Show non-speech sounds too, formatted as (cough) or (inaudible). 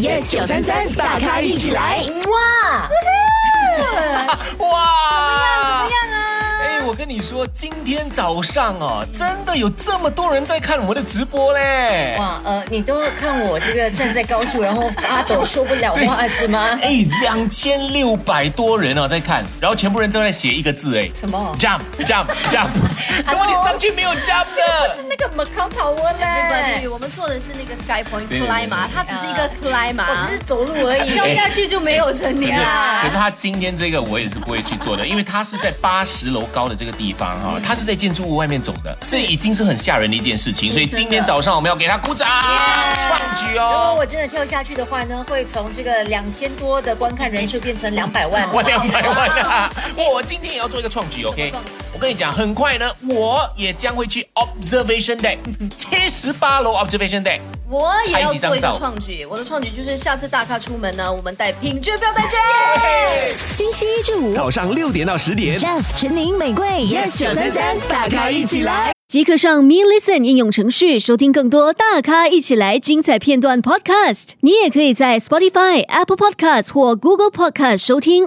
yes 九三三，大咖一起来！哇，哇！怎么样啊？哎，我跟你说，今天早上哦，真的有这么多人在看我们的直播嘞！哇，呃，你都看我这个站在高处，然后发抖说不了话是吗？哎，两千六百多人啊在看，然后全部人都在写一个字哎，什么？jump jump (laughs) jump，怎么你上去没有 jump 是呢？那个 Macau Tower 嘞 Everybody，，我们做的是那个 Sky Point 对对对 Climb 嘛，它只是一个 climb 我啊只是啊走路而已。跳下去啊就没有成可年是，啦哎可。是他今天这个我也是不会去做的，因为他是在八十楼高的这个地方嗯哈、他是在建筑物外面走的，是已经是很吓人的一件事情，所以今天早上我们要给他鼓掌，创举如果哦！我真的跳下去的话呢，会从这个两千多的观看人数变成两百万。我两百万啊！我今天也要做一个创举，OK？创举我跟你讲，很快呢，我也将会去 Observation Deck 七十八楼 Observation Deck。我也要做一拍几张个照创举，我的创举就是下次大咖出门呢，我们带品质表带针。星期一至五早上六点到十点。 ，Jeff、陈宁、玫瑰，Yes 九三三，大咖一起来。即刻上 Me Listen 应用程序收听更多大咖一起来精彩片段 Podcast。你也可以在 Spotify、Apple Podcast 或 Google Podcast 收听。